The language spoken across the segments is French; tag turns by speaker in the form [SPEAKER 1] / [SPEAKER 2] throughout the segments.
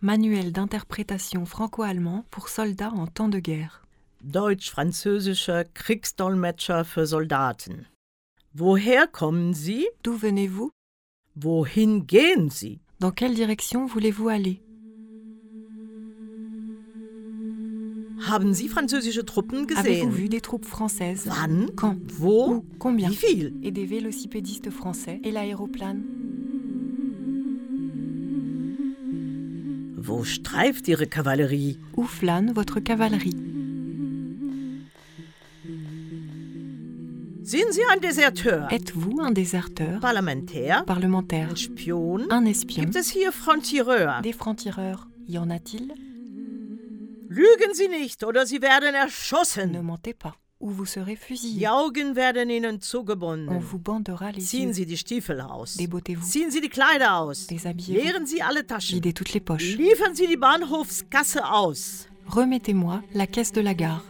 [SPEAKER 1] Manuel d'interprétation franco-allemand pour soldats en temps de guerre.
[SPEAKER 2] deutsch-französischer Kriegsdolmetscher für Soldaten. Woher kommen Sie?
[SPEAKER 1] D'où venez-vous
[SPEAKER 2] Wohin gehen Sie?
[SPEAKER 1] Dans quelle direction voulez-vous aller
[SPEAKER 2] Haben Sie französische Truppen
[SPEAKER 1] Avez-vous
[SPEAKER 2] gesehen?
[SPEAKER 1] vu des troupes françaises
[SPEAKER 2] Wann?
[SPEAKER 1] Quand Où
[SPEAKER 2] Wo?
[SPEAKER 1] Combien
[SPEAKER 2] Wie viel?
[SPEAKER 1] Et des vélocipédistes français et l'aéroplane
[SPEAKER 2] Wo streift Ihre Kavallerie?
[SPEAKER 1] Où flâne votre cavalerie
[SPEAKER 2] Sind Sie ein Deserteur?
[SPEAKER 1] Êtes-vous un déserteur
[SPEAKER 2] Parlamentär?
[SPEAKER 1] Parlementaire
[SPEAKER 2] Ein Spion?
[SPEAKER 1] Un espion
[SPEAKER 2] Gibt es hier Frontireur?
[SPEAKER 1] Des francs-tireurs Y en a-t-il
[SPEAKER 2] Lügen Sie nicht oder Sie werden
[SPEAKER 1] Ne
[SPEAKER 2] erschossen.
[SPEAKER 1] mentez pas. Ou vous serez fusillé.
[SPEAKER 2] Die Augen werden Ihnen
[SPEAKER 1] On
[SPEAKER 2] zugebunden.
[SPEAKER 1] vous bandera les
[SPEAKER 2] Ziehen
[SPEAKER 1] yeux.
[SPEAKER 2] Sie die Stiefel aus.
[SPEAKER 1] Débottez-vous.
[SPEAKER 2] Ziehen Sie die Kleider aus.
[SPEAKER 1] Déshabillez-vous.
[SPEAKER 2] Leeren Sie alle Taschen.
[SPEAKER 1] Videz toutes les poches.
[SPEAKER 2] Liefern Sie die Bahnhofskasse aus.
[SPEAKER 1] Remettez-moi la caisse de la gare.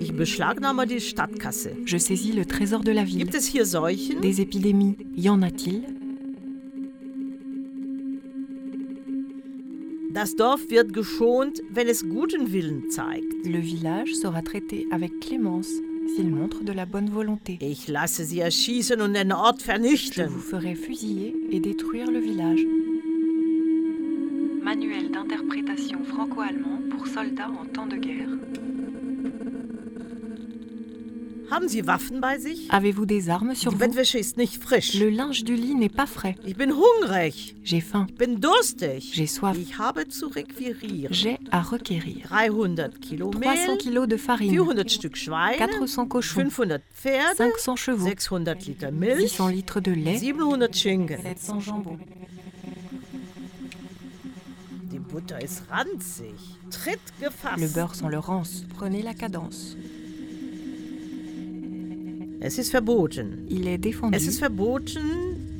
[SPEAKER 2] Ich beschlagnahme die Stadtkasse.
[SPEAKER 1] Je saisis le trésor de la ville.
[SPEAKER 2] Gibt es hier Seuchen?
[SPEAKER 1] Des épidémies, y en a-t-il
[SPEAKER 2] Das Dorf wird geschont, wenn es guten Willen zeigt.
[SPEAKER 1] Le village sera traité avec clémence s'il montre de la bonne volonté.
[SPEAKER 2] Ich lasse sie erschießen und den Ort
[SPEAKER 1] Je vous
[SPEAKER 2] vernichten.
[SPEAKER 1] ferai fusiller et détruire le village. Manuel d'interprétation franco-allemand pour soldats en temps de guerre.
[SPEAKER 2] Haben Sie Waffen bei sich?
[SPEAKER 1] Avez-vous des armes sur
[SPEAKER 2] Die
[SPEAKER 1] vous
[SPEAKER 2] Bettwäsche ist nicht frisch.
[SPEAKER 1] Le linge du lit n'est pas frais.
[SPEAKER 2] Ich bin hungrig.
[SPEAKER 1] J'ai faim,
[SPEAKER 2] Ich bin durstig.
[SPEAKER 1] j'ai soif,
[SPEAKER 2] Ich habe zu requirieren.
[SPEAKER 1] j'ai à requérir.
[SPEAKER 2] 300 Kilo
[SPEAKER 1] 300
[SPEAKER 2] Mehl,
[SPEAKER 1] kilos de farine,
[SPEAKER 2] 400 Stück Schweine,
[SPEAKER 1] 400 cochons,
[SPEAKER 2] 500 Pferde,
[SPEAKER 1] 500 chevaux,
[SPEAKER 2] 600 Liter
[SPEAKER 1] Mhm. 600
[SPEAKER 2] Milch,
[SPEAKER 1] litres de lait,
[SPEAKER 2] 700 Schinken.
[SPEAKER 1] 700 jambons.
[SPEAKER 2] Die Butter ist ranzig. Tritt
[SPEAKER 1] Le
[SPEAKER 2] gefasst.
[SPEAKER 1] beurre sans le rance. Prenez la cadence.
[SPEAKER 2] Es ist verboten.
[SPEAKER 1] Il est défendu.
[SPEAKER 2] Es ist verboten,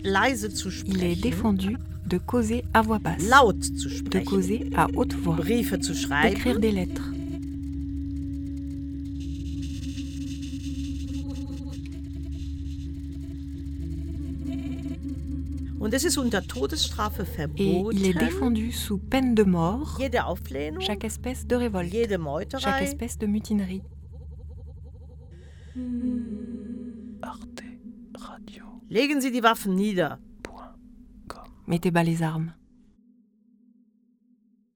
[SPEAKER 2] leise zu
[SPEAKER 1] Il est
[SPEAKER 2] sprechen,
[SPEAKER 1] défendu de causer à voix basse,
[SPEAKER 2] laut zu
[SPEAKER 1] de
[SPEAKER 2] sprechen,
[SPEAKER 1] causer à haute voix,
[SPEAKER 2] Briefe zu
[SPEAKER 1] d'écrire
[SPEAKER 2] schreiben.
[SPEAKER 1] des lettres.
[SPEAKER 2] Und es ist unter Todesstrafe
[SPEAKER 1] Et il est
[SPEAKER 2] verboten,
[SPEAKER 1] défendu sous peine de mort
[SPEAKER 2] jede Auflehnung,
[SPEAKER 1] chaque espèce de révolte,
[SPEAKER 2] jede
[SPEAKER 1] chaque
[SPEAKER 2] Meuterei.
[SPEAKER 1] espèce de mutinerie.
[SPEAKER 3] Arte Radio.
[SPEAKER 2] Legen Sie die Waffen nieder.
[SPEAKER 1] Mettez bas les armes.